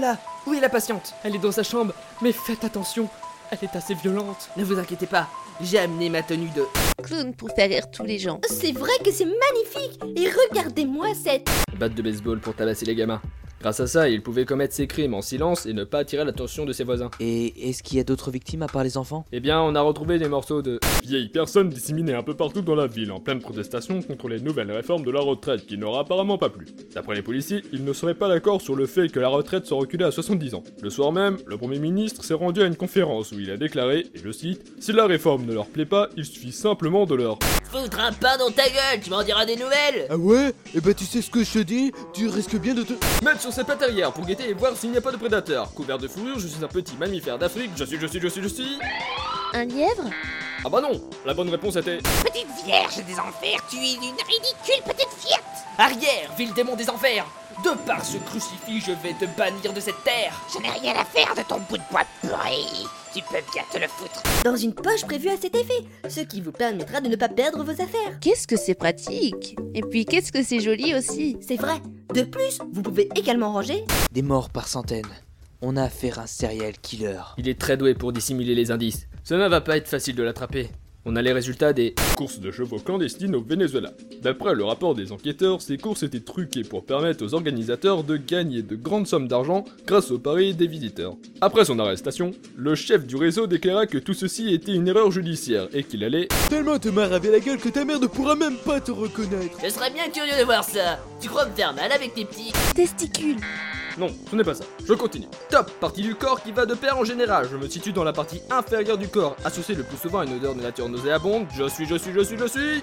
là Où est la patiente Elle est dans sa chambre, mais faites attention, elle est assez violente. Ne vous inquiétez pas, j'ai amené ma tenue de... Clown pour faire rire tous les gens. C'est vrai que c'est magnifique Et regardez-moi cette... Batte de baseball pour tabasser les gamins. Grâce à ça, il pouvait commettre ses crimes en silence et ne pas attirer l'attention de ses voisins. Et est-ce qu'il y a d'autres victimes à part les enfants Eh bien, on a retrouvé des morceaux de Vieilles personnes disséminées un peu partout dans la ville en pleine protestation contre les nouvelles réformes de la retraite qui n'aura apparemment pas plu. D'après les policiers, ils ne seraient pas d'accord sur le fait que la retraite soit reculée à 70 ans. Le soir même, le Premier ministre s'est rendu à une conférence où il a déclaré, et je cite, Si la réforme ne leur plaît pas, il suffit simplement de leur... Foutre un pain dans ta gueule, tu m'en diras des nouvelles Ah ouais Eh ben tu sais ce que je te dis Tu risques bien de te... Mettre sur ses pattes arrière pour guetter et voir s'il n'y a pas de prédateurs. Couvert de fourrure, je suis un petit mammifère d'Afrique, je suis, je suis, je suis, je suis... Un lièvre Ah bah non La bonne réponse était... Petite vierge des enfers, tu es une ridicule petite fillette Arrière, ville démon des enfers De par ce crucifix, je vais te bannir de cette terre Je n'ai rien à faire de ton bout de bois pourri Tu peux bien te le foutre Dans une poche prévue à cet effet, ce qui vous permettra de ne pas perdre vos affaires. Qu'est-ce que c'est pratique Et puis qu'est-ce que c'est joli aussi C'est vrai. De plus, vous pouvez également ranger... Des morts par centaines. On a affaire à un serial killer. Il est très doué pour dissimuler les indices. Cela va pas être facile de l'attraper. On a les résultats des... Courses de chevaux clandestines au Venezuela. D'après le rapport des enquêteurs, ces courses étaient truquées pour permettre aux organisateurs de gagner de grandes sommes d'argent grâce aux paris des visiteurs. Après son arrestation, le chef du réseau déclara que tout ceci était une erreur judiciaire et qu'il allait... Tellement te marre avec la gueule que ta mère ne pourra même pas te reconnaître. Je serais bien curieux de voir ça Tu crois me faire mal avec tes petits... Testicule Non, ce n'est pas ça. Je continue. Top Partie du corps qui va de pair en général. Je me situe dans la partie inférieure du corps, associée le plus souvent à une odeur de nature nauséabonde. Je suis, je suis, je suis, je suis...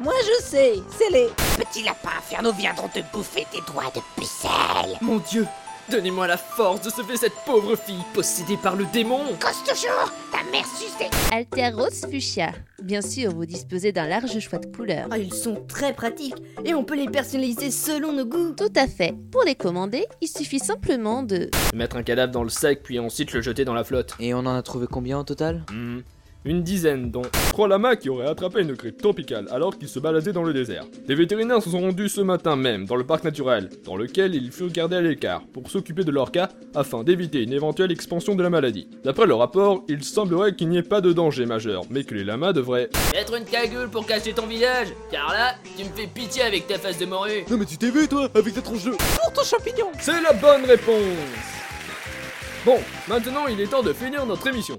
Moi je sais, c'est les. Petit lapin infernaux viendront te bouffer tes doigts de pucelle Mon dieu Donnez-moi la force de sauver cette pauvre fille possédée par le démon Cause toujours Ta mère suce tes... Alteros fuchsia. Bien sûr, vous disposez d'un large choix de couleurs. Ah, ils sont très pratiques et on peut les personnaliser selon nos goûts. Tout à fait. Pour les commander, il suffit simplement de... Mettre un cadavre dans le sac puis ensuite le jeter dans la flotte. Et on en a trouvé combien au total Hmm, Une dizaine dont... Trois lamas qui auraient attrapé une crête tropicale alors qu'ils se baladaient dans le désert. Des vétérinaires se sont rendus ce matin même dans le parc naturel, dans lequel ils furent gardés à l'écart pour s'occuper de leur cas afin d'éviter une éventuelle expansion de la maladie. D'après le rapport, il semblerait qu'il n'y ait pas de danger majeur, mais que les lamas devraient... Être une cagule pour cacher ton village Car là, tu me fais pitié avec ta face de morue Non mais tu t'es vu toi avec ta tronche de... Pour ton champignon C'est la bonne réponse Bon, maintenant il est temps de finir notre émission.